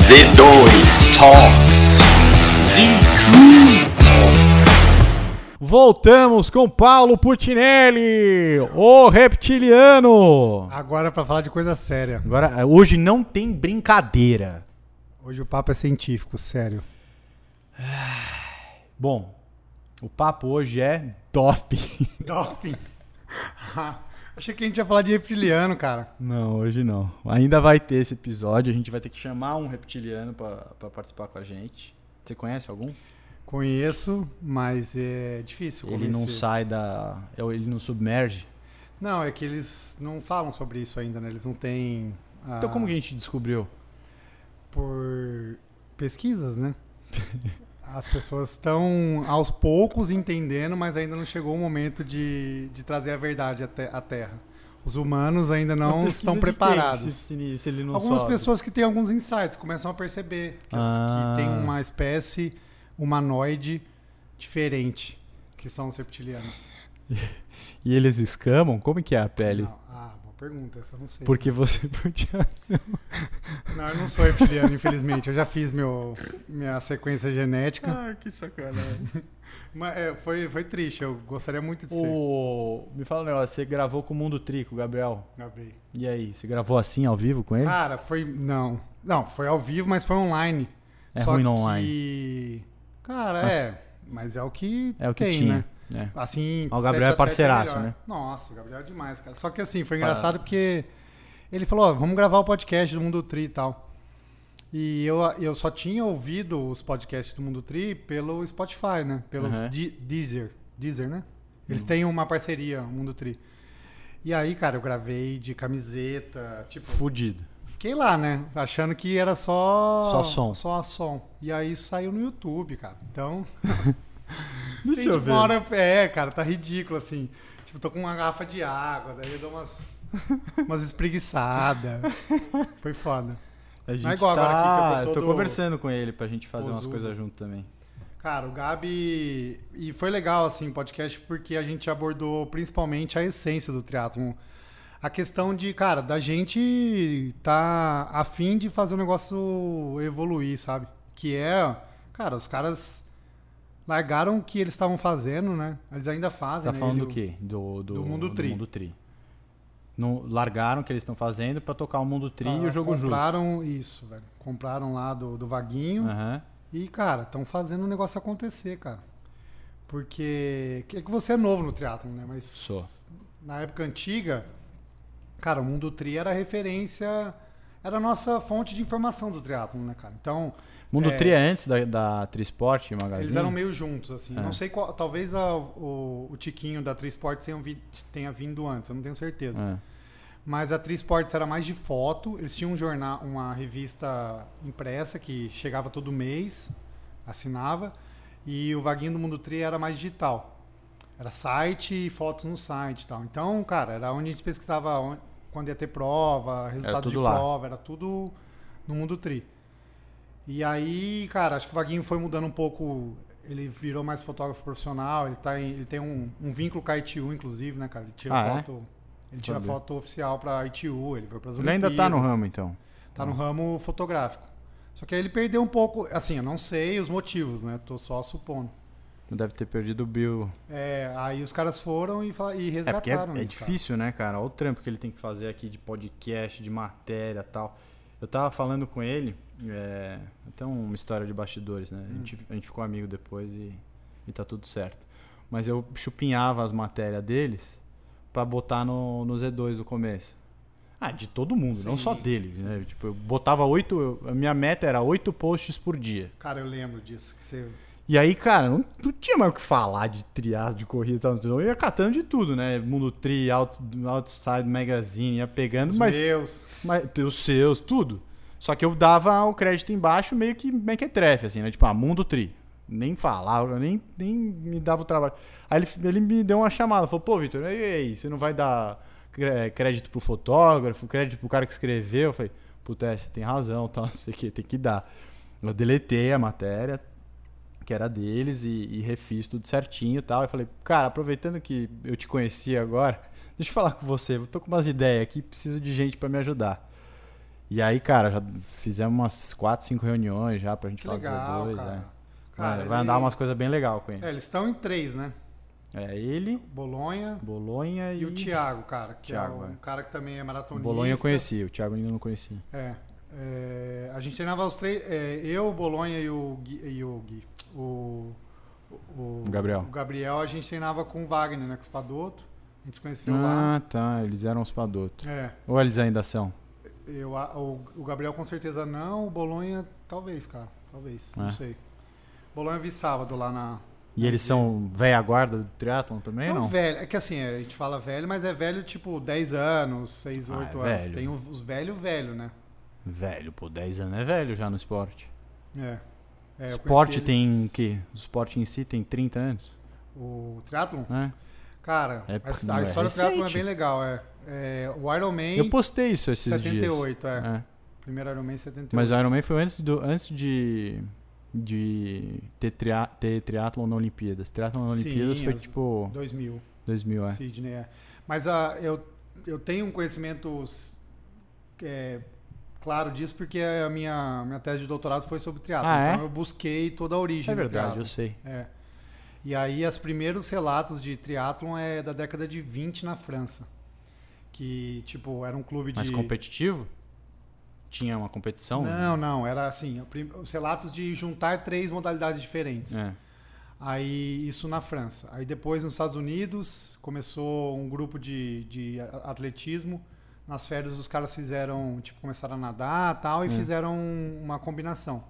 D2 Talks. Voltamos com Paulo Putinelli, o reptiliano. Agora pra falar de coisa séria. Agora, hoje não tem brincadeira. Hoje o papo é científico, sério. Bom, o papo hoje é top. Doping. Achei que a gente ia falar de reptiliano, cara. Não, hoje não. Ainda vai ter esse episódio, a gente vai ter que chamar um reptiliano pra pra participar com a gente. Você conhece algum? Conheço, mas é difícil. Ele não convencer. sai da. é Ele não submerge. Não, é que eles não falam sobre isso ainda, né? Eles não têm. ah, Então, como que a gente descobriu? Por pesquisas, né? As pessoas estão aos poucos entendendo, mas ainda não chegou o momento de, de trazer a verdade até à Terra. Os humanos ainda não estão preparados. Se, ele não Algumas pessoas que têm alguns insights começam a perceber que, as- Ah. que tem uma espécie humanoide diferente, que são os reptilianos. E eles escamam? Como que é a pele? Não, ah, boa pergunta, essa eu não sei. Porque você podia ser. Não, eu não sou reptiliano, infelizmente. Eu já fiz meu, minha sequência genética. Ah, que sacanagem. Mas é, foi, foi triste, eu gostaria muito de ser. Ô, Me fala um negócio, você gravou com o Mundo Trico, Gabriel. Gabriel. E aí, você gravou assim, ao vivo com ele? Cara, foi. Não. Não, foi ao vivo, mas foi online. É Só ruim que... no online. Cara, é. Mas é o que é o que tem, tinha. né? né? Assim, Mas o Gabriel tete é a tete parceiraço, melhor. né? Nossa, o Gabriel é demais, cara. Só que assim, foi engraçado porque ele falou, ó, vamos gravar o podcast do Mundo Tri e tal. E eu, eu só tinha ouvido os podcasts do Mundo Tri pelo Spotify, né? Pelo Uhum. Di- Deezer. Deezer, né? Eles têm uma parceria, o Mundo Tri. E aí, cara, eu gravei de camiseta, tipo, Fudido. fiquei lá, né? Achando que era só... Só som. Só som. E aí saiu no YouTube, cara. Então... Deixa Gente, eu ver. uma hora- é, cara, tá ridículo, assim. Tipo, tô com uma garrafa de água, daí eu dou umas, umas espreguiçadas. Foi foda. A gente Não é igual tá... agora aqui, que eu tô todo- conversando com ele pra gente fazer umas Posudo. coisas junto também. Cara, o Gabi... E foi legal, assim, o podcast, porque a gente abordou principalmente a essência do triatlon. A questão de, cara, da gente tá afim de fazer o negócio evoluir, sabe? Que é... Cara, os caras largaram o que eles estavam fazendo, né? Eles ainda Você fazem, tá né? falando Ele- do quê? Do, do Mundo Tri. Mundo Tri. Não, largaram o que eles estão fazendo pra tocar o Mundo Tri e o jogo justo. Tá, compraram isso, velho. Compraram lá do, do Vaguinho. Aham. E, cara, estão fazendo o negócio acontecer, cara. Porque. que que você é novo no triatlon, né? Mas. Sou. Na época antiga, cara, o mundo tri era a referência. Era a nossa fonte de informação do triatlon, né, cara? Então, Mundo É. Tri é antes da, da Trisport Magazine? eles eram meio juntos, assim. É. Não sei qual. Talvez a- o, o Tiquinho da Trisports tenha, vi- tenha vindo antes, eu não tenho certeza. É. Mas a Trisports era mais de foto. Eles tinham um jornal, uma revista impressa que chegava todo mês, assinava. E o Vaguinho do Mundo Tri era mais digital. Era site e fotos no site e tal. Então, cara, era onde a gente pesquisava on- quando ia ter prova, resultado de tudo lá. prova, era tudo no Mundo Tri. E aí, cara, acho que o Vaguinho foi mudando um pouco. Ele virou mais fotógrafo profissional, ele, tá em- ele tem um, um vínculo com a ITU, inclusive, né, cara? Ele tira Ah, é? foto. Ele tira Sabia. foto oficial pra ITU, ele foi pras Ele ainda tá no ramo, então. Tá no ramo fotográfico. Só que aí ele perdeu um pouco, assim, eu não sei os motivos, né? Tô só supondo. Não deve ter perdido o Bill. É, aí os caras foram e, fala- e É porque é, resgataram é isso, cara. difícil, né, cara? Olha o trampo que ele tem que fazer aqui de podcast, de matéria tal. Eu tava falando com ele, é, até uma história de bastidores, né? A gente, Hum. a gente ficou amigo depois e, e tá tudo certo. Mas eu chupinhava as matérias deles pra botar no, no Z2 no começo. Ah, de todo mundo, não Sim, só deles, né? Tipo, eu botava oito. eu- A minha meta era oito posts por dia. Cara, eu lembro disso. Que você... E aí, cara, não, não tinha mais o que falar de triado, de corrida e tal. Eu ia catando de tudo, né? Mundo Tri, out, Outside Magazine, ia pegando, Os mas, meus. mas os seus, tudo. Só que eu dava o crédito embaixo meio que mequetrefe, assim, né? Tipo, ah, Mundo Tri. Nem falava, nem, nem me dava o trabalho. Aí ele, ele me deu uma chamada, falou, pô, Vitor, e aí, você não vai dar cré- crédito pro fotógrafo, crédito pro cara que escreveu? Eu falei, puta, é, você tem razão, tal, não sei o que, tem que dar. Eu deletei a matéria, que era deles, e, e refiz tudo certinho e tal. Eu falei, cara, aproveitando que eu te conheci agora, deixa eu falar com você, eu tô com umas ideias aqui, preciso de gente pra me ajudar. E aí, cara, já fizemos umas 4, 5 reuniões já pra gente Que falar legal, dos dois. cara. É. Cara, vai, vai ele- andar umas coisas bem legal com ele. É, eles estão em três, né? É ele, Bolonha Bolonha e. e o Thiago, cara, que Thiago, é um é. cara que também é maratonista. Bolonha eu conheci, o Thiago ainda não conheci. É, é, a gente treinava os três, é, eu, o Bolonha e o Gui, e o, Gui o, o- O Gabriel. o Gabriel, a gente treinava com o Wagner, né, com o Spadotto. A gente se conheceu lá. Ah, tá. Eles eram os padotos. É, Ou eles ainda são? eu, a- o, o Gabriel com certeza não, o Bolonha talvez, cara, talvez, não É. sei. Bolonha eu vi sábado lá na... E eles são velha guarda do triatlon também, não, não? velho, é que assim, é, a gente fala velho, mas é velho tipo 10 anos, 6, Ah, é 8 anos. velho. Tem os, os velho velho, né? Velho, pô, 10 anos é velho já no esporte. É. É, eu esporte conheci tem o eles- quê? O esporte em si tem 30 anos, O triatlon? né? Cara, É, a- porque a, não é história do triatlon é recente. bem legal, é. É, o Iron Man Eu postei isso esses dias. 78, é. É. Primeiro Iron Man 78. Mas o Ironman foi antes, do, antes de, de ter, tria, ter triatlon na Olimpíadas. Triatlon na Sim, Olimpíadas foi as- tipo 2000, 2000, é. Sydney, é. Mas a, eu, eu tenho um conhecimento é, claro disso porque a minha, minha tese de doutorado foi sobre triatlon. Ah, é? Então eu busquei toda a origem É verdade, do eu triatlon. sei. É. E aí, os primeiros relatos de triatlon é da década de 20 na França. Que, tipo, era um clube de... Mas competitivo? Tinha uma competição? Não, não, era assim, o prim- os relatos de juntar três modalidades diferentes. É. Aí isso na França. Aí depois nos Estados Unidos começou um grupo de, de a- atletismo. Nas férias os caras fizeram, tipo, começaram a nadar tal, e Hum. fizeram uma combinação.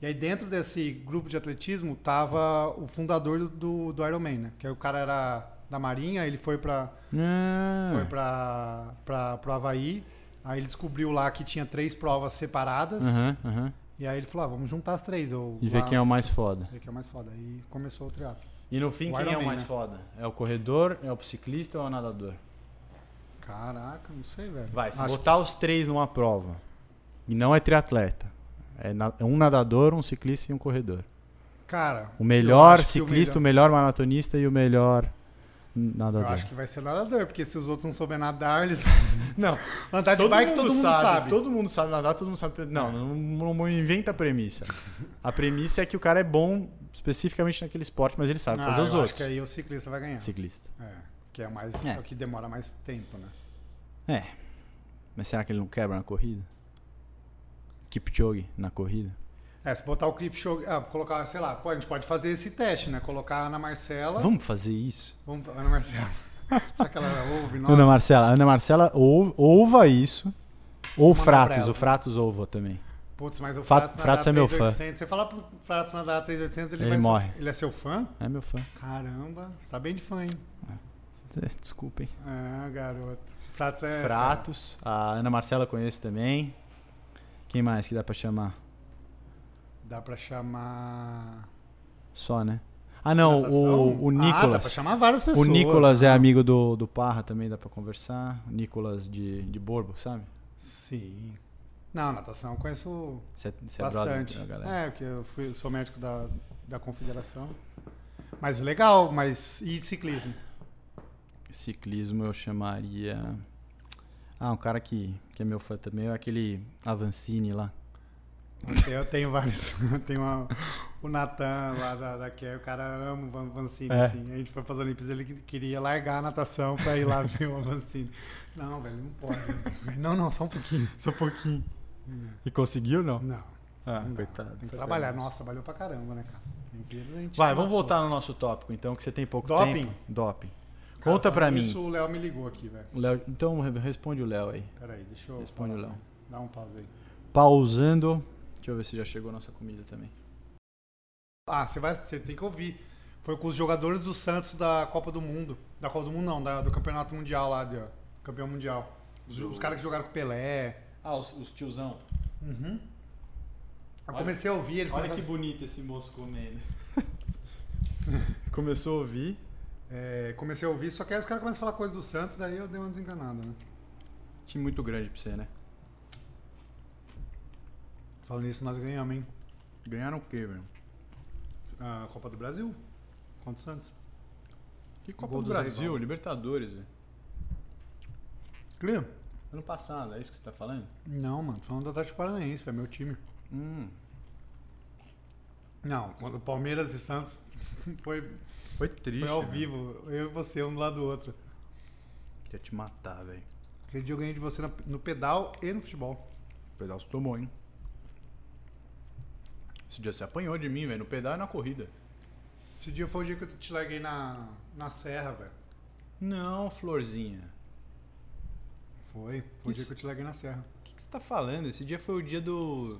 E aí dentro desse grupo de atletismo tava o fundador do, do, do Ironman, né? Que aí o cara era da Marinha, ele foi pra, Ah, foi pra, pra, pro Havaí. Aí ele descobriu lá que tinha três provas separadas. aham, aham. E aí ele falou, ah, vamos juntar as três. Eu, E ver quem é o mais foda. Ver quem é o mais foda. Aí começou o triatlo. E no fim, O quem é o Ironman, mais né? foda? É o corredor, é o ciclista ou é o nadador? Caraca, não sei, velho. Vai, se Acho- botar os três numa prova, e não é triatleta, é, na- é um nadador, um ciclista e um corredor. Cara, O melhor acho que o ciclista, o melhor... maratonista e o melhor eu nadador. acho que vai ser nadador, porque se os outros não souber nadar, eles. Não, tá Andar de bike todo mundo sabe. Todo mundo sabe nadar, todo mundo sabe. Não, não, não- não inventa a premissa. A premissa é que o cara é bom especificamente naquele esporte, mas ele sabe Ah, fazer os eu outros. Acho que aí o ciclista vai ganhar. Ciclista. É. Que é mais. É. É. o que demora mais tempo, né? É. Mas será que ele não quebra na corrida? Kipchoge na corrida? É, se botar o clipe show. Ah, colocar, sei lá, pô, a gente pode fazer esse teste, né? Colocar a Ana Marcela. Vamos fazer isso? Vamos, Ana Marcela. Será que ela ouve? Ana Nossa. Marcela, Ana Marcela ou- ouva isso. Ou mandar pra Fratos, ela. o Fratos ouva também. Putz, mas o Fra- Fratos, Fratos é nadar meu fã. 3800. Você fala pro Fratos nadar 3800, ele, Ele vai ser- morre. Ele é seu fã? É meu fã. Caramba, você tá bem de fã, hein? Desculpem. Ah, garoto. Fratos é. Fratos, a Ana Marcela eu conheço também. Quem mais que dá pra chamar? Dá pra chamar. Só, né? Ah, não, o, o Ah, dá pra Nicolas. chamar várias pessoas. né? o Nicolas é amigo do, do Parra também, dá pra conversar. O Nicolas de, de Borbo, sabe? Sim. Não, natação eu conheço Você é brother bastante. da galera. É, porque eu fui, sou médico da, da confederação. Mas legal, mas. E ciclismo? Ciclismo eu chamaria. Ah, um cara que, que é meu fã também é aquele Avancini lá. Eu tenho vários. Tem uma- o Natan lá da, da que o cara ama o Van- Vancini, É. assim. A gente foi pras Olimpíadas, ele que- queria largar a natação pra ir lá ver o Vancini. Não, velho, não pode. não, não, só um pouquinho. Só um pouquinho. E conseguiu, não? Não. Ah, não. coitado. Tem que sacanagem. trabalhar. Nossa, trabalhou pra caramba, né, cara? Olimpíadas a gente tá Vai, se vamos matou. voltar no nosso tópico então, que você tem pouco Doping? tempo. Doping. Cara, Conta pra falando mim. Isso o Léo me ligou aqui, velho. O Léo- então re- responde o Léo aí. Peraí, deixa eu. Responde o Léo. Dá um pause aí. Pausando. Deixa eu ver se já chegou a nossa comida também. Ah, você vai. Você tem que ouvir. Foi com os jogadores do Santos da Copa do Mundo. Da Copa do Mundo não, da- do Campeonato Mundial lá, de, ó, campeão mundial. Os, os caras que jogaram com o Pelé. Ah, os, tiozão. Uhum. Eu Olha- comecei a ouvir eles. começaram- bonito esse moço comendo. Começou a ouvir. É, comecei a ouvir, só que aí os caras começam a falar coisa do Santos, daí eu dei uma desenganada, né? Time muito grande pra você, né? Falando isso, nós ganhamos, hein? Ganharam o quê, velho? A Copa do Brasil contra o Santos. Que Gol do Zé Ivaldo. Libertadores, velho. Clean. Ano passado, é isso que você tá falando? Não, mano, tô falando do Atlético Paranaense, é meu time. Hum. Não, quando Palmeiras e Santos foi, Foi triste. foi ao velho. vivo, eu e você, um do lado do outro. Queria te matar, velho. Aquele dia eu ganhei de você na- no pedal e no futebol. O pedal se tomou, hein? Esse dia você apanhou de mim, velho. No pedal e na corrida. Esse dia foi o dia que eu te larguei na, na serra, velho. Não, Florzinha. Foi, foi o dia Isso. que eu te larguei na serra. O que, que você tá falando? Esse dia foi o dia do.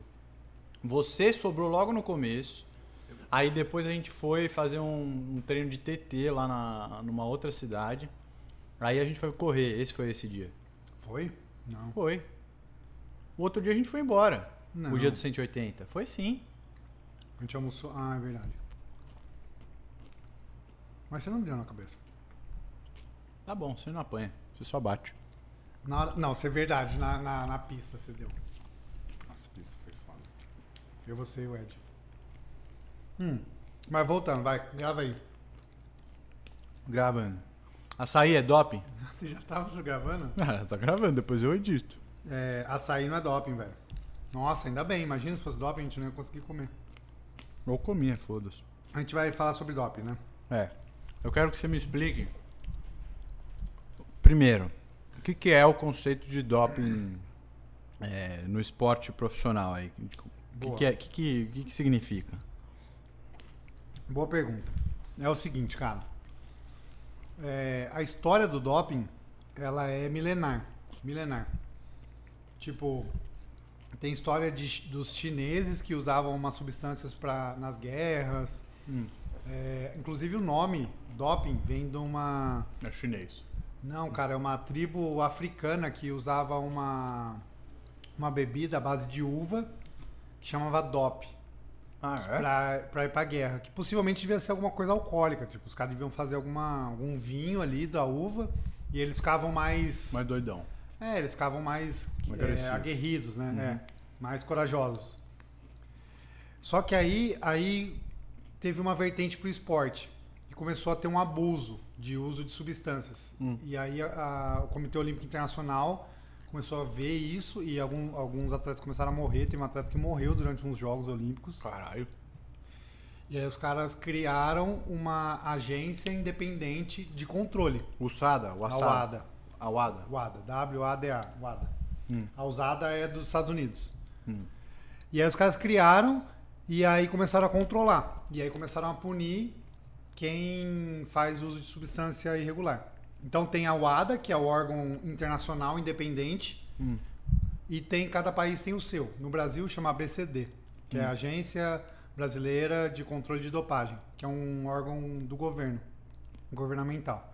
Você sobrou logo no começo. Aí depois a gente foi fazer um, um treino de TT lá na, numa outra cidade. Aí a gente foi correr. Esse foi esse dia. Foi? Não. Foi. O outro dia a gente foi embora. Não. O dia do 180. Foi sim. A gente almoçou. Ah, é verdade. Mas você não me deu na cabeça. Tá bom, você não apanha. Você só bate. Na hora- Não, isso é verdade. Na, na, na pista você deu. Nossa, a pista foi foda. Eu, você e o Ed. Hum. Mas voltando, vai, grava aí. Gravando. Açaí é doping? Você já tava só gravando? Ah, tá gravando, depois eu edito. É, açaí não é doping, velho. Nossa, ainda bem. Imagina se fosse doping, a gente não ia conseguir comer. Ou comia, foda-se. A gente vai falar sobre doping, né? É. Eu quero que você me explique. Primeiro, o que, que é o conceito de doping é, no esporte profissional aí? O que, Boa. que, é, que, que, que, que significa? Boa pergunta. É o seguinte, cara. É, a história do doping, ela é milenar. Milenar. Tipo, tem história de chi- dos chineses que usavam umas substâncias pra, nas guerras. Hum. É, inclusive o nome doping vem de uma... É chinês. Não, cara, é uma tribo africana que usava uma, uma bebida à base de uva que chamava dop Ah, é? pra, pra ir pra guerra. Que possivelmente devia ser alguma coisa alcoólica. Tipo, os caras deviam fazer alguma, algum vinho ali da uva e eles ficavam mais. Mas doidão. É, eles ficavam mais Mais é, agressivo. aguerridos, Uhum. né? É, mais corajosos. Só que aí, aí teve uma vertente pro esporte e começou a ter um abuso de uso de substâncias. Hum. E aí a- a- o Comitê Olímpico Internacional começou a ver isso e algum- alguns atletas começaram a morrer. Tem um atleta que morreu durante uns Jogos Olímpicos. Caralho. E aí os caras criaram uma agência independente de controle. O Sada, o A Assada. WADA. A Wada. WADA. W-A-D-A. WADA. Hum. A usada é dos Estados Unidos. Hum. E aí os caras criaram e aí começaram a controlar. E aí começaram a punir quem faz uso de substância irregular. Então tem a WADA, que é o órgão internacional independente, Hum. e tem cada país tem o seu. No Brasil chama ABCD, que Hum. é a Agência Brasileira de Controle de Dopagem, que é um órgão do governo, governamental.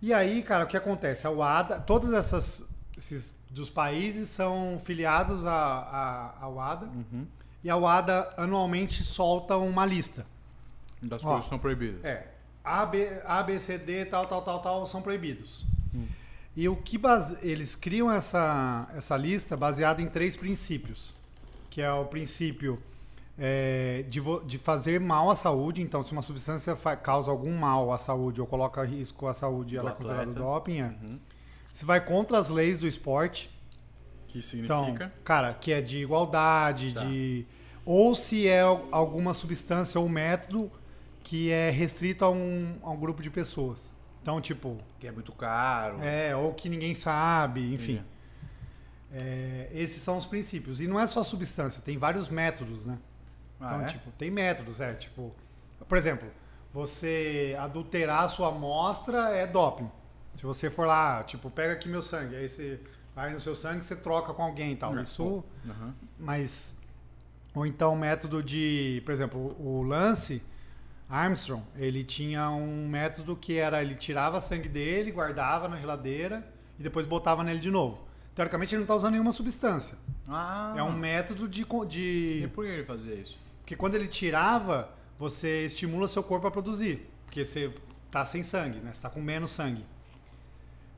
E aí, cara, o que acontece? A UADA, todos essas, esses dos países são filiados à, à, à UADA, Uhum. e a UADA anualmente solta uma lista. Das Ó. coisas que são proibidas. É, A, B, A, B, C, D, tal, tal, tal, tal, são proibidos. Hum. E o que base... eles criam essa, essa lista baseada em três princípios, que é o princípio é, de, vo- de fazer mal à saúde. Então, se uma substância fa- causa algum mal à saúde ou coloca em risco à saúde, Do ela é considerada atleta. doping. É. Uhum. Se vai contra as leis do esporte, Que então, significa? cara, que é de igualdade, Tá. de. Ou se é al- alguma substância ou método que é restrito a um, a um grupo de pessoas. Então, tipo, que é muito caro. é, ou que ninguém sabe, enfim. É, esses são os princípios. E não é só substância, tem vários métodos, né? Ah, então, é? tipo, tem métodos, é, tipo, por exemplo, você adulterar a sua amostra é doping. Se você for lá, tipo, pega aqui meu sangue, aí você vai no seu sangue, você troca com alguém e tal. É, Isso, Aham. mas ou então o método de, por exemplo, o Lance Armstrong, ele tinha um método que era ele tirava sangue dele, guardava na geladeira e depois botava nele de novo. Teoricamente ele não está usando nenhuma substância. Ah, É um método de, co- E de por que ele fazia isso? porque quando ele tirava, você estimula seu corpo a produzir, porque você tá sem sangue, né? Você tá com menos sangue.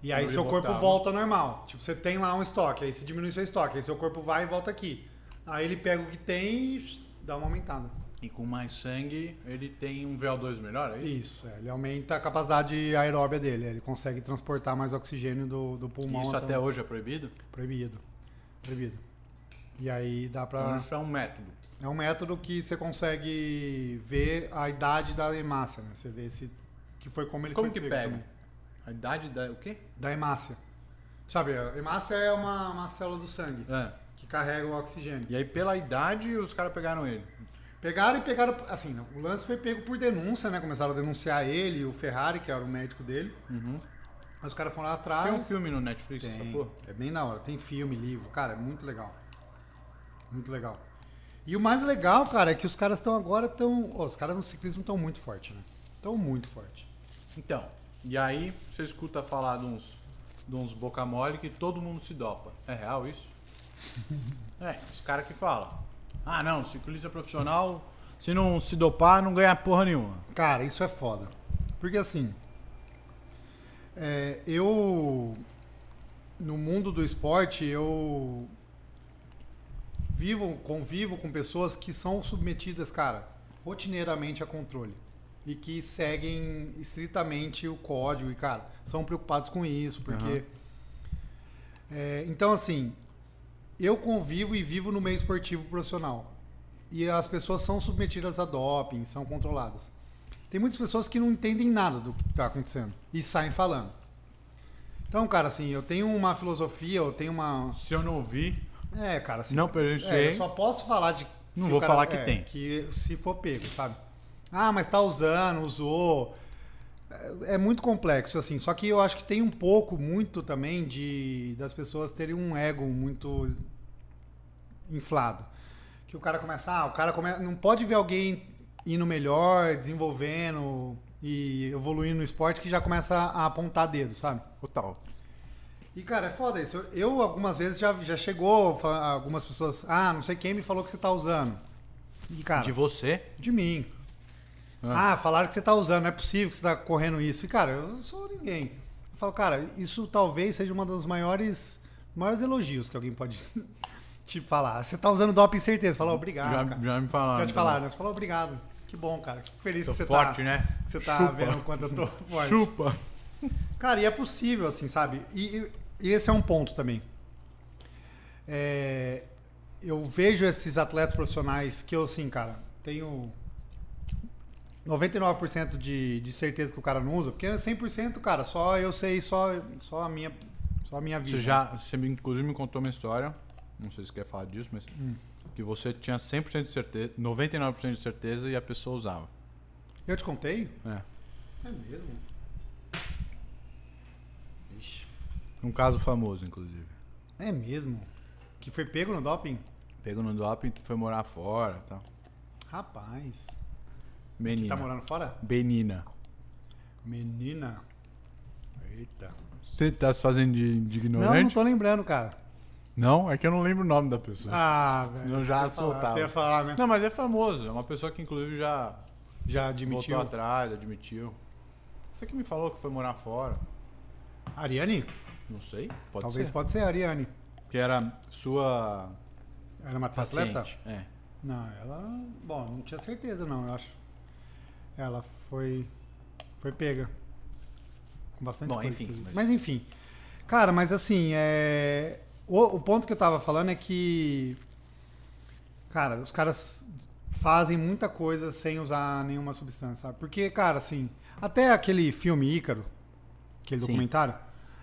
E aí Quando ele seu corpo voltava. volta ao normal. Tipo, você tem lá um estoque, aí você diminui seu estoque, aí seu corpo vai e volta aqui. Aí ele pega o que tem e dá uma aumentada. E com mais sangue, ele tem um VO2 melhor, é isso? Isso, é, ele aumenta a capacidade aeróbia dele, é, ele consegue transportar mais oxigênio do, do E pulmão. isso até até o- hoje é proibido? Proibido. Proibido. E aí dá Então, pra. Isso é um método. É um método que você consegue ver a idade da hemácia, né? Você vê se. Que foi como ele Como foi que pego pega? também. A idade da... o quê? Da hemácia. Sabe, a hemácia é uma, uma célula do sangue Ah, que carrega o oxigênio. E aí, pela idade, os caras pegaram ele. Pegaram e pegaram. Assim, o lance foi pego por denúncia, né? Começaram a denunciar ele, o Ferrari, que era o médico dele. Mas os caras foram lá atrás. Uhum. Tem um filme no Netflix, Tem. essa porra? É bem da hora. Tem filme, livro. Cara, é muito legal. Muito legal. E o mais legal, cara, é que os caras estão agora tão. ó, os caras no ciclismo estão muito forte, né? Estão muito forte. Então, e aí você escuta falar de uns, de uns boca mole que todo mundo se dopa. É real isso? é, os caras que falam. Ah não, ciclista profissional, se não se dopar, não ganha porra nenhuma. Cara, isso é foda. Porque assim. é, eu. No mundo do esporte, eu. Vivo, convivo com pessoas que são submetidas, cara, rotineiramente a controle. E que seguem estritamente o código e, cara, são preocupados com isso, porque. É, então, assim. Eu convivo e vivo no meio esportivo profissional. E as pessoas são submetidas a doping, são controladas. Tem muitas pessoas que não entendem nada do que está acontecendo e saem falando. Então, cara, assim, eu tenho uma filosofia, eu tenho uma. Se eu não ouvir, É, cara, assim. não é, presenciei. eu só posso falar de. Não se o vou falar que é, tem. Que se for pego, sabe? Ah, mas tá usando, usou. É, é muito complexo, assim. Só que eu acho que tem um pouco, muito também, de das pessoas terem um ego muito inflado. Que o cara começa, ah, o cara começa, não pode ver alguém indo melhor, desenvolvendo e evoluindo no esporte que já começa a apontar dedo, sabe? Total. E, cara, é foda isso. Eu, eu, algumas vezes, já, já chegou fa- algumas pessoas. Ah, não sei quem me falou que você tá usando. E, cara, De de, você? mim. Ah. Ah. falaram que você tá usando, não é possível que você tá correndo isso. E, cara, eu não sou ninguém. Eu falo, cara, isso talvez seja uma das maiores, maiores elogios que alguém pode te falar. Você tá usando doping certeza. Fala, obrigado, já, cara. já me falaram. Já te falaram, né? Você falou, obrigado. Que bom, cara. Fico feliz Tô que você forte, tá. né? que Você tá Chupa. vendo o quanto eu tô forte. Chupa. Cara, e é possível, assim, sabe? E, e- e esse é um ponto também. É, eu vejo esses atletas profissionais que eu, assim, cara, tenho 99% de, de certeza que o cara não usa, porque é 100%, cara, só eu sei, só, só, a, minha, só a minha vida. Você já, você me- inclusive me contou uma história, não sei se quer falar disso, mas que você tinha 100% de certeza, 99% de certeza e a pessoa usava. Eu te contei? É. É mesmo? Ixi, Um caso famoso, inclusive. é mesmo? Que foi pego no doping? Pegou no doping, foi morar fora, tal. Rapaz. Menina. Tá morando fora? Benina. Menina. Eita. Você tá se fazendo de, de Não, não ignorante? tô lembrando, cara. Não, é que eu não lembro o nome da pessoa. Ah, velho. Senão já Você ia falar, soltava. Você ia falar, né? Não, mas é famoso. É uma pessoa que inclusive já Já voltou atrás, admitiu. Você que me falou que foi morar fora. Ariane? Não sei. Pode Talvez ser. pode ser a Ariane. Que era sua Era uma atleta? paciente. É. Não, ela. Bom, não tinha certeza, não, eu acho. Ela foi. Foi pega. Com bastante Bom, coisa, enfim, inclusive. mas- Mas... enfim. Cara, mas assim, é. O, o ponto que eu tava falando é que. Cara, os caras fazem muita coisa sem usar nenhuma substância, sabe? Porque, cara, assim. Até aquele filme Ícaro, aquele Sim. documentário.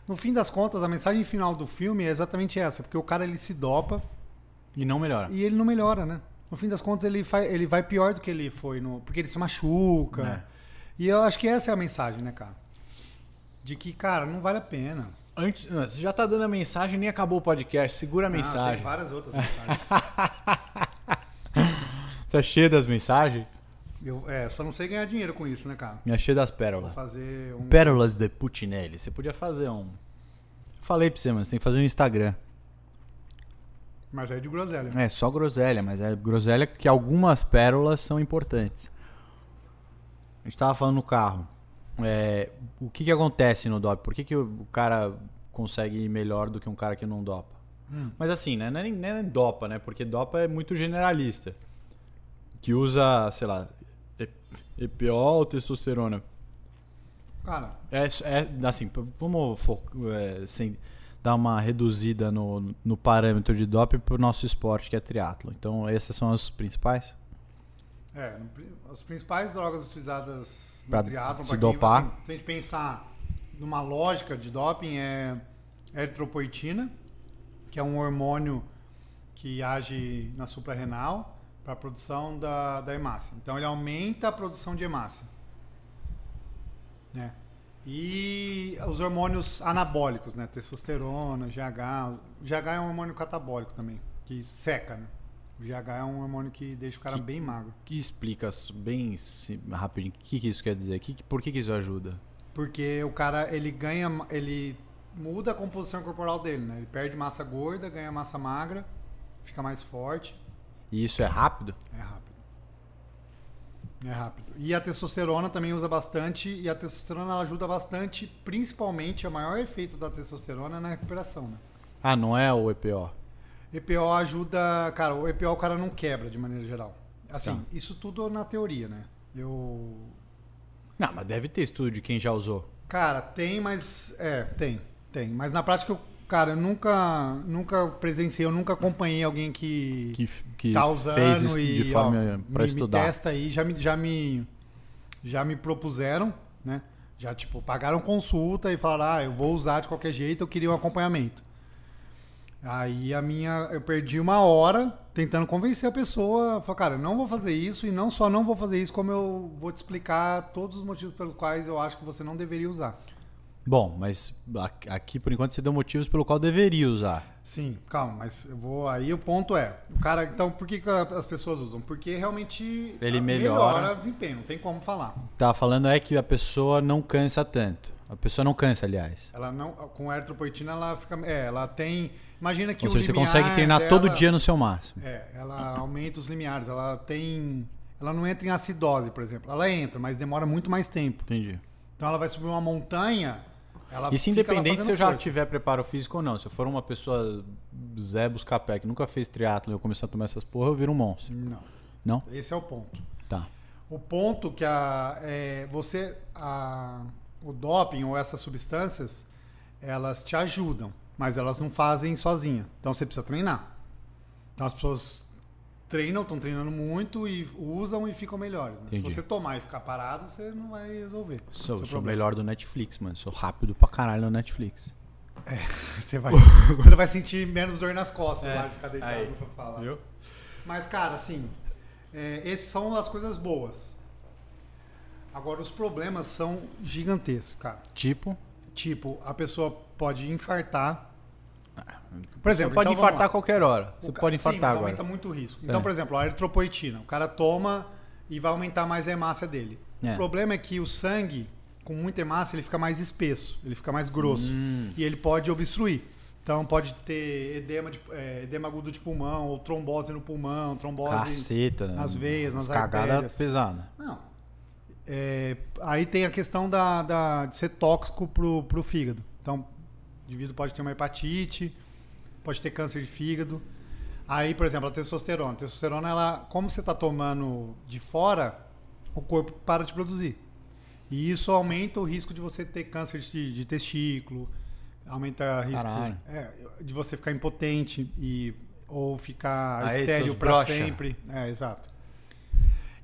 No fim das contas, a mensagem final do filme é exatamente essa, porque o cara ele se dopa E não melhora. e ele não melhora, né? No fim das contas, ele, faz, ele vai pior do que ele foi, no, porque ele se machuca. Né. E eu acho que essa é a mensagem, né, cara? De que, cara, não vale a pena. Antes, não, você já tá dando a mensagem, nem acabou o podcast. Segura a Ah, tem mensagem. várias outras mensagens. Você é cheio das mensagens? eu, é, só não sei ganhar dinheiro com isso, né, cara? Me achei das Vou pérolas. fazer um. Pérolas de Putinelli. Você podia fazer um. Falei pra você, mano, você tem que fazer um Instagram. Mas é de groselha. É, só groselha, mas é groselha que algumas pérolas são importantes. A gente tava falando no carro. É, o que que acontece no dop? Por que, que o o cara consegue ir melhor do que um cara que não dopa? Mas assim, né? Não é nem, não é nem dopa, né? Porque dopa é muito generalista. que usa, sei lá, e- EPO ou testosterona, Cara, é, é, assim, p- vamos fo- é, sem- dar uma reduzida no, no parâmetro de doping pro nosso esporte, que é triatlo. Então, essas são as principais? é, no pri- as principais drogas utilizadas no Pra triatlon, se pra quem, dopar. assim, se a gente pensar numa lógica de doping, é eritropoetina, que é um hormônio que age na suprarrenal para a produção da, da hemácia. Então ele aumenta a produção de hemácia. Né? E os hormônios anabólicos, né? Testosterona, GH. GH é um hormônio catabólico também, que seca, né? O GH é um hormônio que deixa o cara Que- bem magro. Que explica s- bem sim- rapidinho o que, que isso quer dizer, que, que- por que, que isso ajuda? Porque o cara, ele ganha, ele muda a composição corporal dele, né? Ele perde massa gorda, ganha massa magra, fica mais forte, E isso é rápido? é rápido. É rápido. E a testosterona também usa bastante, e a testosterona ela ajuda bastante, principalmente, o maior efeito da testosterona é na recuperação, né? Ah, não é o EPO. EPO ajuda, cara, o EPO o cara não quebra de maneira geral. Assim, isso tudo na teoria, né? Eu Não, mas deve ter estudo de quem já usou. Cara, tem, mas. É, tem, tem. Mas na prática, eu, cara, eu nunca, nunca presenciei, eu nunca acompanhei alguém que, Que, f- que tá usando fez isso e, de ó, forma eh, pra me, estudar. Me testa aí, já me, já me, já me propuseram, né? Já, tipo, pagaram consulta e falaram, ah, eu vou usar de qualquer jeito, eu queria um acompanhamento. Aí a minha, eu perdi uma hora tentando convencer a pessoa, falar, cara, eu não vou fazer isso e não só não vou fazer isso, como eu vou te explicar todos os motivos pelos quais eu acho que você não deveria usar. Bom, mas a- aqui por enquanto você deu motivos pelo qual deveria usar. Sim, calma, mas eu vou. Aí o ponto é, o cara, então, por que, que a- as pessoas usam? Porque realmente Ele a- melhora. o desempenho, não tem como falar. Tá falando é que a pessoa não cansa tanto. A pessoa não cansa, aliás. Ela não, com a eritropoetina ela fica, é, ela tem, imagina que Ou o seja, você limiar consegue treinar todo dela- dia no seu máximo. É, ela aumenta os limiares, ela tem, ela não entra em acidose, por exemplo. Ela entra, mas demora muito mais tempo. Entendi. Então ela vai subir uma montanha, ela Isso fica lá independente se fazendo eu já força. tiver preparo físico ou não. Se eu for uma pessoa Zé Buscapé que nunca fez triatlo e eu começar a tomar essas porra, eu viro um monstro. Não, Não? esse é o ponto. Tá. O ponto que a, é, você, a- o doping ou essas substâncias, elas te ajudam, mas elas não fazem sozinha. Então você precisa treinar. Então as pessoas treinam, estão treinando muito e usam e ficam melhores. né? Se Entendi. você tomar e ficar parado, você não vai resolver. Sou, Seu sou o problema. melhor do Netflix, mano. Sou rápido pra caralho no Netflix. Você vai, você não vai sentir menos dor nas costas É, lá de ficar deitado aí. no sofá lá. Viu? Mas, cara, assim, é, essas são as coisas boas. Agora, os problemas são gigantescos, cara. Tipo. Tipo, a pessoa pode infartar. Por exemplo, Você Ah, pode então, vamos infartar a lá. qualquer hora. O Você ca- pode Sim, infartar mas agora. aumenta muito o risco. Então, É. por exemplo, a eritropoetina. O cara toma e vai aumentar mais a hemácia dele. É. O problema é que o sangue, com muita hemácia, ele fica mais espesso, ele fica mais grosso. Hum. E ele pode obstruir. Então, pode ter edema, de, é, edema agudo de pulmão, ou trombose no pulmão, Ah, trombose... Caceta. nas veias, nas cagada artérias. pesada. Não. É, aí tem a questão da, da- de ser tóxico pro, pro fígado. Então, o indivíduo pode ter uma hepatite, pode ter câncer de fígado. Aí, por exemplo, a testosterona. A testosterona, ela, como você está tomando de fora, o corpo para de produzir. E isso aumenta o risco de você ter câncer de, de testículo, aumenta o risco Caralho. é, de você ficar impotente e, ou ficar Aí, estéreo seus para broxa. sempre. É, exato.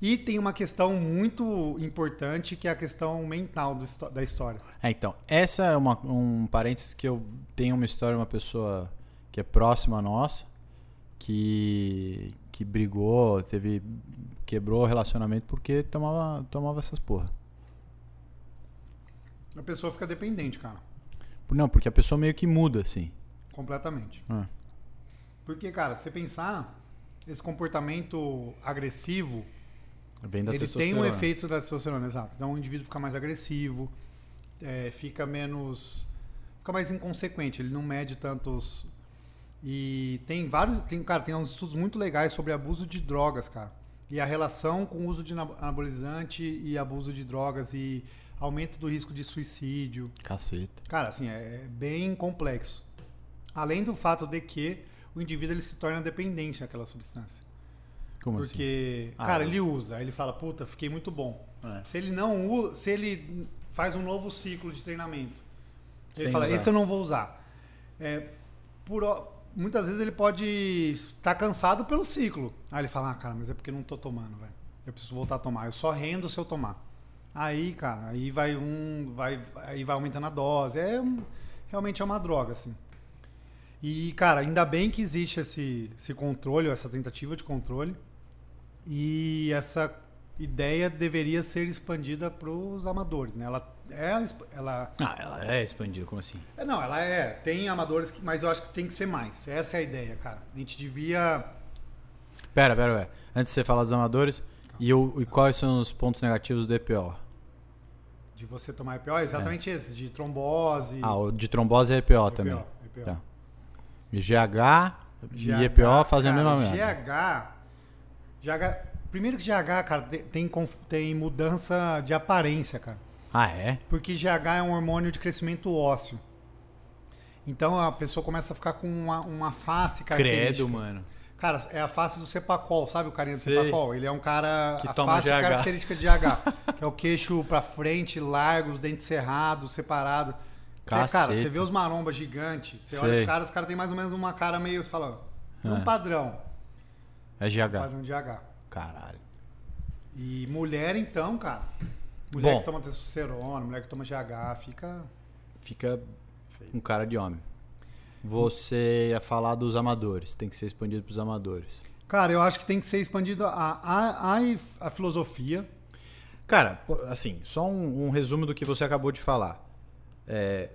E tem uma questão muito importante que é a questão mental do histó- da história. É, então, essa é uma, um parênteses que eu tenho uma história de uma pessoa que é próxima a nossa, que, que brigou, teve quebrou o relacionamento porque tomava, tomava essas porra. A pessoa fica dependente, cara, Não, porque a pessoa meio que muda, assim. completamente. Ah. Porque, cara, se você pensar, esse comportamento agressivo, Vem da ele tem testosterona. um efeito da testosterona, exato. Então o indivíduo fica mais agressivo, é, fica menos. fica mais inconsequente, ele não mede tantos. E tem vários. Tem, cara, tem uns estudos muito legais sobre abuso de drogas, cara. E a relação com o uso de ana- anabolizante e abuso de drogas e aumento do risco de suicídio. Caceta. Cara, assim, é é bem complexo. Além do fato de que o indivíduo ele se torna dependente daquela substância. Como assim? Porque, Ah, cara, é. ele usa, aí ele fala, puta, fiquei muito bom. É. Se ele não usa, se ele faz um novo ciclo de treinamento, ele Sem fala, usar. esse eu não vou usar. É, por, o- muitas vezes ele pode estar cansado pelo ciclo. Aí ele fala, ah, cara, mas é porque eu não tô tomando, velho. Eu preciso voltar a tomar. Eu só rendo se eu tomar. Aí, cara, aí vai um. Vai, aí vai aumentando a dose. É, um- realmente é uma droga, assim. E, cara, ainda bem que existe esse, esse controle, ou essa tentativa de controle. E essa ideia deveria ser expandida para os amadores, né? Ela é, exp- ela Ah, ela é expandida, como assim? é, não, ela é. Tem amadores, que- mas eu acho que tem que ser mais. Essa é a ideia, cara. A gente devia. Pera, pera, pera. Antes de você falar dos amadores, e, o- e quais são os pontos negativos do EPO? De você tomar EPO, é exatamente esse, de trombose. Ah, o de trombose é EPO, também. EPO. Tá. E GH, GH, e EPO fazem cara, a mesma merda. GH, GH. Primeiro que GH, cara, te- tem, conf- tem mudança de aparência, cara. Ah, é? Porque GH é um hormônio de crescimento ósseo. Então a pessoa começa a ficar com uma, uma face característica. Credo, mano. Cara, é a face do Cepacol, sabe o carinha do Sei. Cepacol? Ele é um cara. Que a toma face GH. característica de GH. que é o queixo pra frente, largo, os dentes cerrados, separado. Que é, cara, Caceta. você vê os marombas gigantes, você Sei. olha o cara, os caras têm mais ou menos uma cara meio. Você fala, é um Ah. padrão. É um- GH. Padrão de GH. Caralho. E mulher, então, cara. Mulher Bom. que toma testosterona, mulher que toma GH, fica. Fica um cara de homem. Você ia falar dos amadores, tem que ser expandido pros amadores. Cara, eu acho que tem que ser expandido a, a, a, a filosofia. Cara, pô, assim, só um, um resumo do que você acabou de falar. É,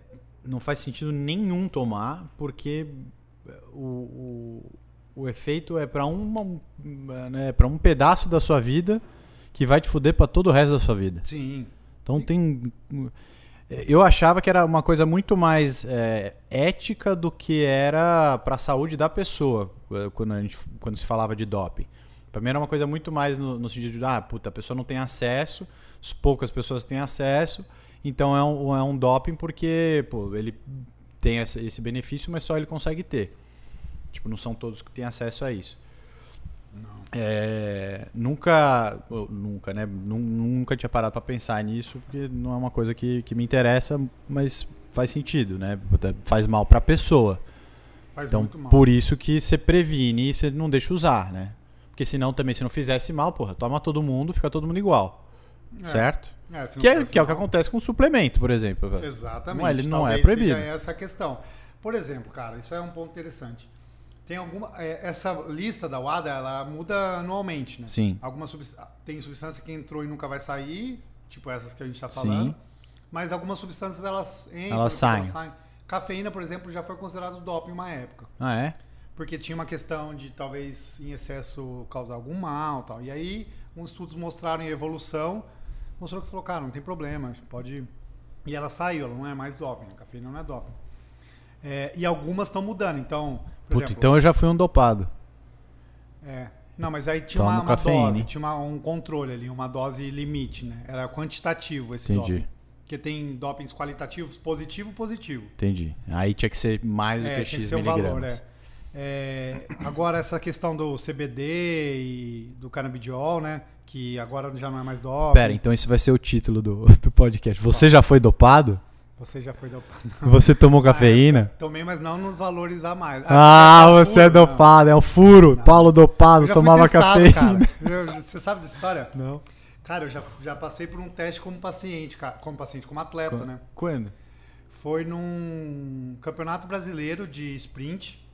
não faz sentido nenhum tomar, porque é, o, o, o efeito é para um, né, pra um pedaço da sua vida que vai te fuder para todo o resto da sua vida. Sim. Então tem. Eu achava que era uma coisa muito mais é, ética do que era para a saúde da pessoa eh, quando, a gente, quando se falava de doping. Pra mim era uma coisa muito mais no, no sentido de, ah, puta, a pessoa não tem acesso, s- poucas pessoas têm acesso, então é um, é um doping porque pô, ele tem essa- esse benefício, mas só ele consegue ter. Tipo, não são todos que têm acesso a isso. É, nunca, eu- nunca, né? Nu- Nunca tinha parado pra pensar nisso, porque não é uma coisa que, que me interessa, mas faz sentido, né? Puta, Faz mal pra pessoa. Faz Então, muito mal. por isso que você previne e você não deixa usar, né? Porque senão também, se não fizesse mal, porra, toma todo mundo, fica todo mundo igual. É. Certo? É, se não Que é, faz que é o que mal- acontece com suplemento, por exemplo. Exatamente. Não, ele não é Talvez proibido. Seja essa a questão. Por exemplo, cara, isso é um ponto interessante. Tem alguma é, essa lista da WADA, ela muda anualmente, né? Sim. Alguma subs- tem substância que entrou e nunca vai sair, tipo essas que a gente está Sim. falando. Mas algumas substâncias elas entram, Elas depois saem. Cafeína, por exemplo, já foi considerado doping uma época, Ah, é? porque tinha uma questão de talvez em excesso causar algum mal, tal. E aí, uns estudos mostraram em evolução, mostrou que falou, cara, não tem problema, pode e ela saiu, ela não é mais doping, a cafeína não é doping. É, e algumas estão mudando, então. Por Puta, exemplo, então eu já fui um dopado. É. Não, mas aí tinha Toma uma, uma cafeína, dose, hein? tinha uma- um controle ali, uma dose limite, né? Era quantitativo esse Entendi. doping. Porque tem dopings qualitativos, positivo, positivo. Entendi. Aí tinha que ser mais do que tinha X ser um miligramas. é. É, agora essa questão do CBD e do canabidiol, né? Que agora já não é mais doping. Pera, então esse vai ser o título do, do podcast. Tá. Você já foi dopado? Você já foi dopado. Você tomou cafeína? Tomei, mas não nos valorizar mais. Ah, Ah, não, você é não. dopado, é o furo. Paulo Eu dopado, já fui tomava testado, cafeína. cara. Eu- você sabe dessa história? Não. Cara, eu já, já passei por um teste como paciente, cara. Como paciente, como atleta, né? Quando? Foi num campeonato brasileiro de sprint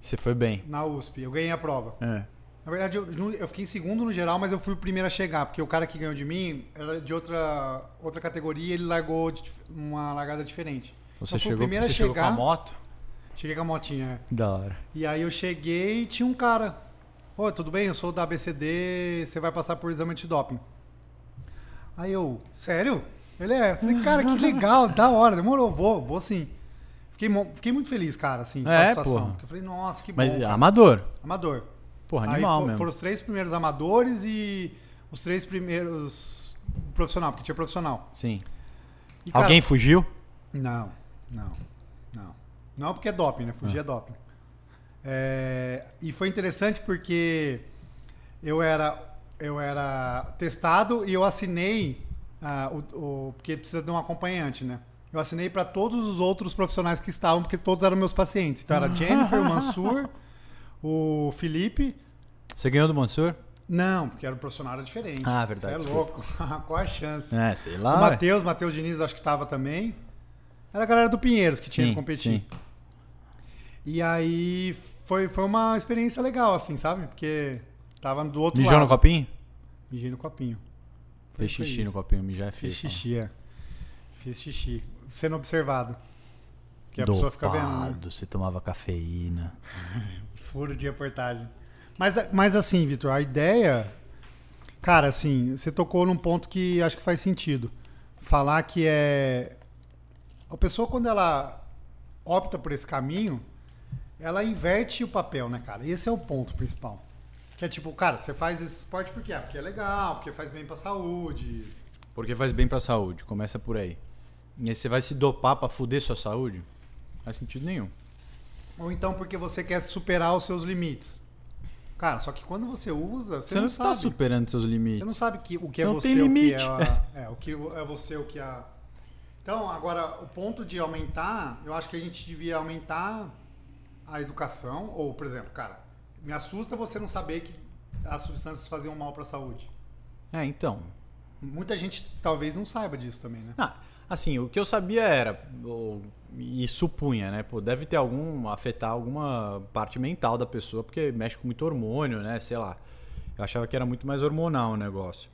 Você foi bem. na USP. Eu ganhei a prova. É. Na verdade, eu, não- eu fiquei em segundo no geral, mas eu fui o primeiro a chegar, porque o cara que ganhou de mim era de outra, outra categoria e ele largou de dif- uma largada diferente. Você, eu fui o chegou, primeiro você a chegou com chegar. a moto? Cheguei com a motinha. é. Da hora. E aí eu cheguei e tinha um cara. Ô, tudo bem? Eu sou da ABCD, você vai passar por exame antidoping. Aí eu, sério? Ele é. Falei, cara, que legal, da hora, demorou, vou, vou sim. Fiquei, mo- fiquei muito feliz, cara, assim, com É, a situação. porra. Porque eu falei, nossa, que bom. Mas cara. amador. Amador. Porra, Aí animal fo- mesmo. Foram os três primeiros amadores e os três primeiros profissional, porque tinha profissional. Sim. E, cara, Alguém fugiu? não, não, não. Não porque é Ah. doping, né? Fugir é doping. É, e foi interessante porque eu era, eu era testado e eu assinei, ah, o, o- porque precisa de um acompanhante, né? Eu assinei para todos os outros profissionais que estavam, porque todos eram meus pacientes. Então era Ah. a Jennifer, o Mansur, o Felipe. Você ganhou do Mansur? Não, porque era um profissional era diferente. Ah, verdade, Você é desculpa. louco. Qual a chance? É, sei O lá. ué. Matheus, Matheus Diniz, acho que tava também. Era a galera do Pinheiros que tinha Sim, que competir. E aí foi, foi uma experiência legal, assim, sabe? Porque tava do outro Mijou no lado. copinho? Mijei no copinho. Foi- Fez foi xixi no isso. copinho, mijar é feio. Fiz xixi, é. Fiz xixi. Sendo observado. Que a Dopado, pessoa fica vendo, né? você tomava cafeína. Furo de reportagem. Mas, mas assim, Vitor, a ideia. Cara, assim, você tocou num ponto que acho que faz sentido. Falar que é. A pessoa, quando ela opta por esse caminho, ela inverte o papel, né, cara? Esse é o ponto principal. Que é tipo, cara, você faz esse esporte porque é, porque é legal, porque faz bem pra saúde. Porque faz bem pra saúde, começa por aí. E aí você vai se dopar pra fuder sua saúde? Não faz sentido nenhum. Ou então porque você quer superar os seus limites. Cara, só que quando você usa, você, Você, não, não, tá está sabe. superando seus limites. Você não sabe que, o que Você é não você, tem o limite. que é, a- é, o que é você, o que é. a- Então, agora, o ponto de aumentar, eu acho que a gente devia aumentar a educação, ou, por exemplo, cara, me assusta você não saber que as substâncias faziam mal para a saúde. É, então. Muita gente talvez não saiba disso também, né? Ah, assim, o que eu sabia era, ou- e supunha, né? Pô, deve ter algum. afetar alguma parte mental da pessoa, porque mexe com muito hormônio, né? Sei lá. Eu achava que era muito mais hormonal o negócio.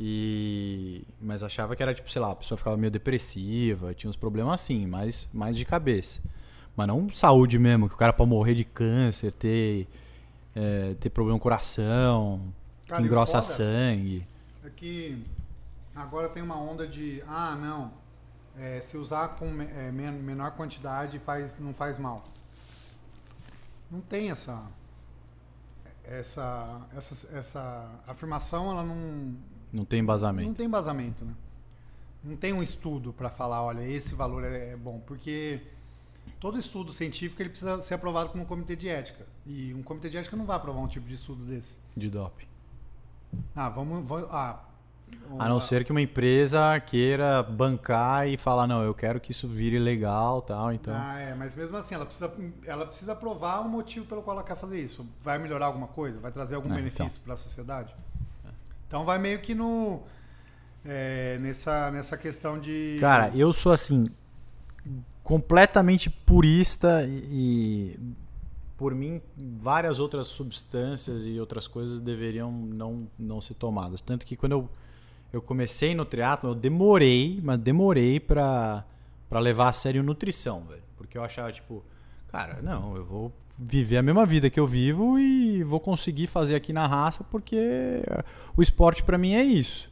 E. Mas achava que era tipo, sei lá, a pessoa ficava meio depressiva, tinha uns problemas assim, mas mais de cabeça. Mas não saúde mesmo, que o cara pode morrer de câncer, ter. é, ter problema no coração, Cara, que e engrossa foda- sangue. É que agora tem uma onda de, ah, não, é, se usar com me- é, men- menor quantidade faz, não faz mal. Não tem essa, essa, essa, essa afirmação, ela não, Não tem não embasamento. tem embasamento, né? Não tem um estudo para falar, olha, esse valor é, é bom, porque todo estudo científico ele precisa ser aprovado por um comitê de ética e um comitê de ética não vai aprovar um tipo de estudo desse. De doping. Ah, vamos, vamos ah, A não ser que uma empresa queira bancar e falar, não, eu quero que isso vire legal tal, então. Ah, é, mas mesmo assim, ela precisa, ela precisa provar o motivo pelo qual ela quer fazer isso. Vai melhorar alguma coisa? Vai trazer algum É, benefício para a sociedade? Então vai meio que no. é, nessa, nessa questão de. Cara, eu sou assim, completamente purista e, e, por mim, várias outras substâncias e outras coisas deveriam não, não ser tomadas. Tanto que quando eu, eu comecei no triatlo, eu demorei, mas demorei pra, pra levar a sério nutrição, velho. Porque eu achava, tipo, cara, não, eu vou viver a mesma vida que eu vivo e vou conseguir fazer aqui na raça porque o esporte pra mim é isso.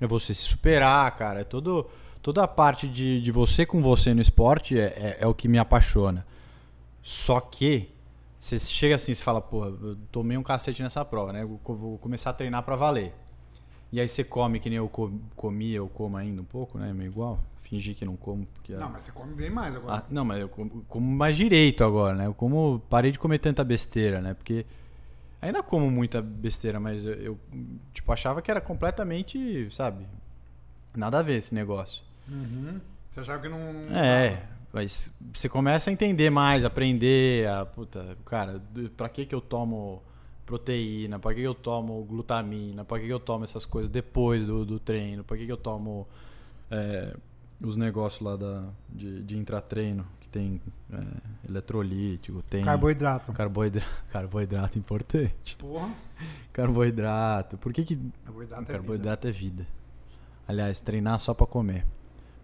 É você se superar, cara. É todo, toda a parte de, de você com você no esporte é, é, é o que me apaixona. Só que você chega assim e fala, porra, eu tomei um cacete nessa prova, né? Eu co- vou começar a treinar pra valer. E aí você come que nem eu co- comia, eu como ainda um pouco, né? Meio igual. Fingir que não como. Porque é Não, mas você come bem mais agora. ah, não, mas eu como, como mais direito agora, né? Eu como, parei de comer tanta besteira, né? Porque ainda como muita besteira, mas eu, eu, tipo achava que era completamente, sabe? Nada a ver esse negócio. Uhum. Você achava que não. É, mas você começa a entender mais, aprender, a puta, cara, do- pra que que eu tomo proteína, pra que que eu tomo glutamina, pra que que eu tomo essas coisas depois do, do treino, pra que que eu tomo é, os negócios lá da, de, de intratreino, que tem é, eletrolítico, tem... Carboidrato. Carboidrato, carboidrato é importante. Porra. Carboidrato. Por que, que Carboidrato, é. vida. carboidrato é vida? Aliás, treinar só pra comer.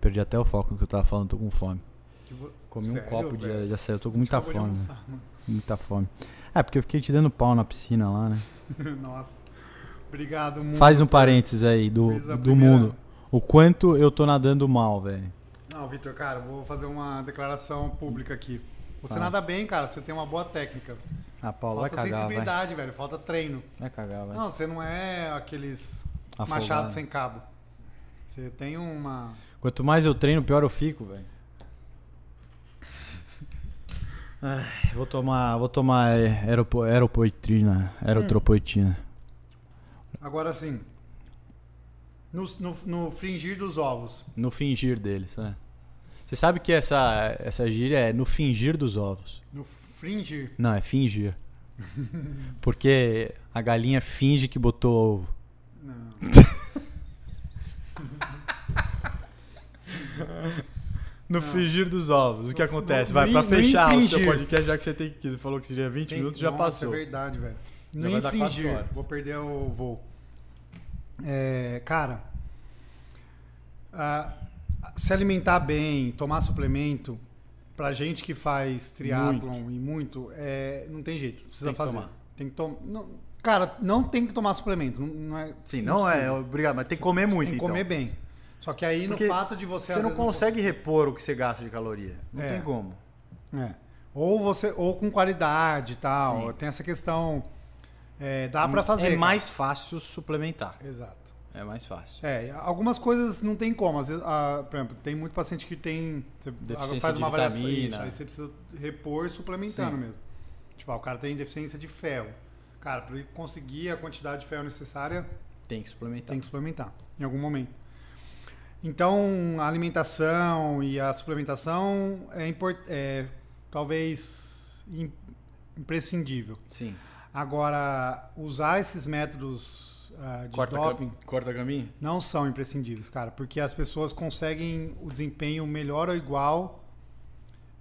Perdi até o foco no que eu tava falando, tô com fome. Tipo, Comi um sério, copo de, velho? de açaí, eu tô com muita Acabou de fome. né? almoçar, mano. Muita fome. É, porque eu fiquei te dando pau na piscina lá, né? Nossa. Obrigado, mundo. Faz um parênteses aí do, Fiz a do primeira. mundo. O quanto eu tô nadando mal, velho. Não, Vitor, cara, vou fazer uma declaração pública aqui. Você Faz. nada bem, cara, você tem uma boa técnica. A Paula Ah, vai Falta cagar, vai. sensibilidade, velho. Falta treino. Vai cagar, vai. Não, você não é aqueles Afogado. machados sem cabo. Você tem uma. Quanto mais eu treino, pior eu fico, velho. Ai, Vou tomar, vou tomar é, aeropo, aeropoetrina, aerotropoetina. Agora assim, no, no, no fringir dos ovos. No fingir deles, né? Você sabe que essa, essa gíria é no fingir dos ovos. No fringir. Não, é fingir. Porque a galinha finge que botou ovo. Não. No frigir dos ovos, o que acontece? no Vai, pra in- no fechar o seu infringir. podcast, já que você tem que, você falou que seria 20 Tem- minutos, já Nossa, passou. É verdade, velho. Já No vai dar quatro infringir, horas. vou perder o voo. É, cara, ah, se alimentar bem, tomar suplemento, pra gente que faz triatlon e muito, é, não tem jeito, precisa Tem que fazer. tomar. Tem que tomar. Cara, não tem que tomar suplemento. Não, não é, Sim, não é precisa. obrigado, mas tem que comer muito, Tem que então. comer bem. Só que aí Porque no fato de você. Você às não vezes, consegue repor o que você gasta de caloria. Não É. tem como. É. Ou você, ou com qualidade e tal. Tem essa questão. é, dá pra fazer. É cara. mais fácil suplementar. Exato. É mais fácil. É, algumas coisas não tem como. Às vezes, ah, por exemplo, tem muito paciente que tem. Você Deficiência faz uma de avaliação. vitamina. Isso, aí você precisa repor suplementando Sim. mesmo. Tipo, ah, o cara tem deficiência de ferro. Cara, para ele conseguir a quantidade de ferro necessária, Tem que suplementar. tem que suplementar em algum momento. Então, a alimentação e a suplementação é, import- é talvez im- imprescindível. Sim. Agora, usar esses métodos ah, de Corta, doping cam- corta caminho? não são imprescindíveis, cara, porque as pessoas conseguem o desempenho melhor ou igual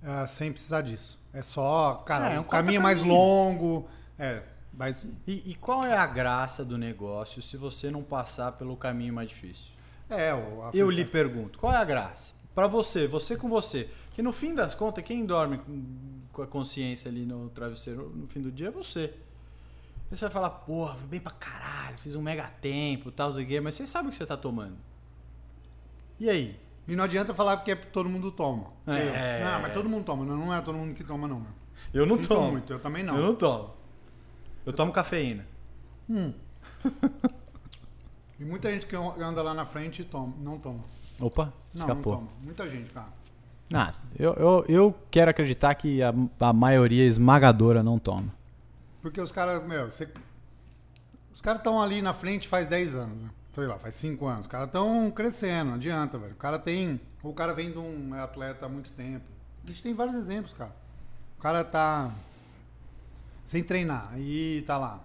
ah, sem precisar disso. É só, cara, É, é um o caminho é mais corta-caminho. longo. É, mas E, e qual é a graça do negócio se você não passar pelo caminho mais difícil? é o a- Eu lhe pergunto, qual é a graça? Pra você, você com você. Que no fim das contas, quem dorme com- com a consciência ali no travesseiro no fim do dia é você. Aí você vai falar, porra, fui bem pra caralho, fiz um mega tempo, tal, não sei o quê, mas você sabe o que você tá tomando. E aí? E não adianta falar porque é todo mundo toma. É. Eu- Não, mas todo mundo toma, não, não é todo mundo que toma não. meu. Eu não Sinto tomo. muito, eu também não. Eu não tomo. Eu tomo cafeína. E muita gente que anda lá na frente toma, não toma. Opa, Não, escapou. não toma. Muita gente, cara. Ah, eu, eu, eu quero acreditar que a, a maioria esmagadora não toma. Porque os caras, meu, você- os caras estão ali na frente faz 10 anos, né? sei lá, faz 5 anos. Os caras estão crescendo, não adianta, velho. O cara tem, ou o cara vem de um atleta há muito tempo. A gente tem vários exemplos, cara. O cara tá sem treinar, aí tá lá,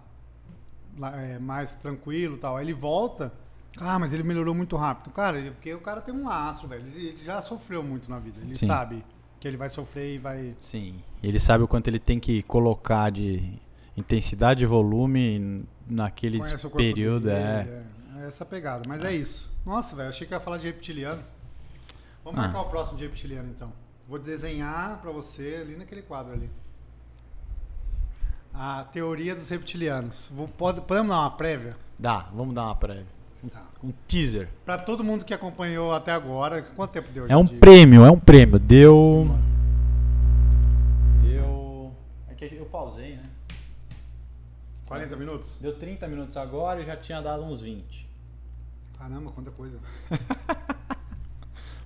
lá, é, mais tranquilo e tal. Aí ele volta, ah, mas ele melhorou muito rápido. Cara, ele- porque o cara tem um laço, velho. Ele, ele já sofreu muito na vida. Ele Sim. sabe que ele vai sofrer e vai. Sim. Ele sabe o quanto ele tem que colocar de intensidade e volume naquele Conhece o corpo período. dele, é. é. É essa pegada, mas é, isso. Nossa, velho, achei que ia falar de reptiliano. Vamos Ah. marcar o próximo de reptiliano, então. Vou desenhar pra você ali naquele quadro ali. A teoria dos reptilianos. Vou, pode, podemos dar uma prévia? Dá, vamos dar uma prévia. Tá. Um teaser. Pra todo mundo que acompanhou até agora, quanto tempo deu? É um de- prêmio, é um prêmio. Deu. Deu. É que eu pausei, né? 40 minutos? Deu 30 minutos agora e já tinha dado uns 20. Caramba, quanta coisa.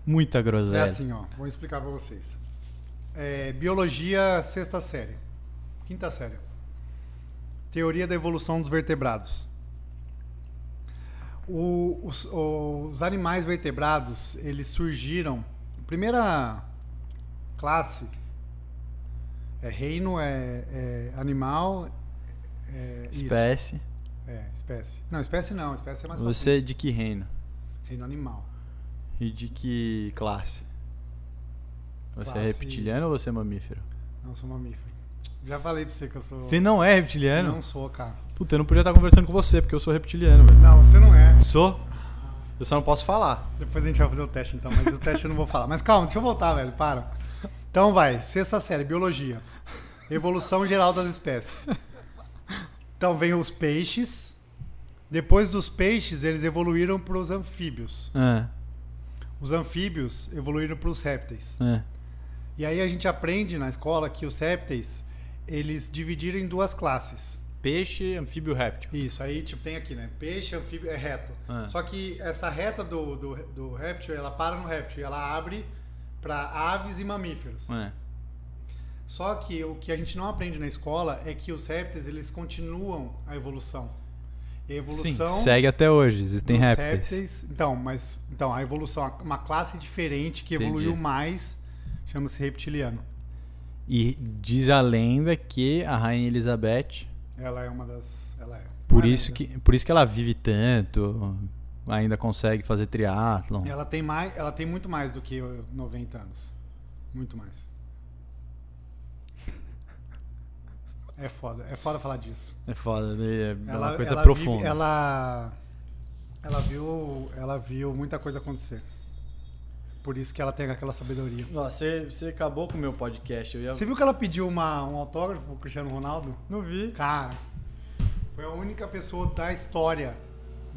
Muita É groselha. assim, ó. Vou explicar pra vocês. É, biologia, sexta série. Quinta série. Teoria da evolução dos vertebrados. O- os, os animais vertebrados, eles surgiram... a Primeira classe... É reino, é, é animal... É, isso. Espécie. É, espécie. Não, espécie não. Espécie é mais pra Você é de que reino? frente. Reino animal. E de que classe? Você é Classe- reptiliano ou você é mamífero? Não, eu sou mamífero. Já falei pra você que eu sou... Você não é reptiliano? Não sou, cara. Puta, eu não podia estar conversando com você, porque eu sou reptiliano, velho. Não, você não é. Sou? Eu só não posso falar. Depois a gente vai fazer o teste então, mas o teste eu não vou falar. Mas calma, deixa eu voltar, velho, para. Então vai, sexta série, biologia. Evolução geral das espécies. Então vem os peixes. Depois dos peixes, eles evoluíram para os anfíbios. Ah, Os anfíbios evoluíram para os répteis. ah. E aí a gente aprende na escola que os répteis, eles dividiram em duas classes. Peixe, anfíbio, réptil. Isso, aí tipo, tem aqui, né? Peixe, anfíbio, é reto. Ah. Só que essa reta do, do, do réptil, ela para no réptil e ela abre para aves e mamíferos. É. Só que o que a gente não aprende na escola é que os répteis, eles continuam a evolução. Evolução. segue até hoje. Existem dos répteis. répteis. Então, mas então a evolução, uma classe diferente que evoluiu Entendi. mais, chama-se reptiliano. E diz a lenda que a Rainha Elizabeth, Ela é uma das, ela é. por uma isso lenda. que, por isso que ela vive tanto, ainda consegue fazer triatlon. ela tem mais, ela tem muito mais do que 90 anos. Muito mais. É foda, é foda falar disso. É foda, né? é Ela, uma coisa ela profunda. vive- ela, ela viu, ela viu muita coisa acontecer. Por isso que ela tem aquela sabedoria. Nossa, você acabou com o meu podcast. Eu ia... Você viu que ela pediu uma, um autógrafo pro Cristiano Ronaldo? Não vi. Cara, foi a única pessoa da história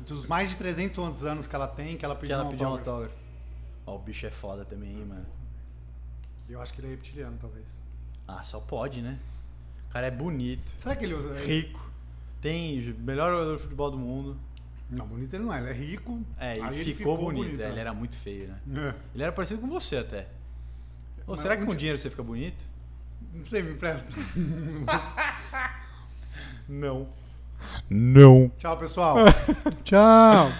dos mais de 300 anos que ela tem que ela pediu, Que ela um, pediu um autógrafo. autógrafo. Ó, o bicho é foda também, hein, mano. Eu acho que ele é reptiliano, talvez. Ah, só pode, né? O cara é bonito, Será que ele usa. rico, tem o melhor jogador de futebol do mundo. Não, bonito ele não é, ele é rico. É, ele aí ficou, bonito. é, ele era muito feio, né? era. Ele era parecido com você até. Ô, Mas será que com onde- dinheiro você fica bonito? Não sei, me empresta. Não. Não. Tchau, pessoal. Tchau.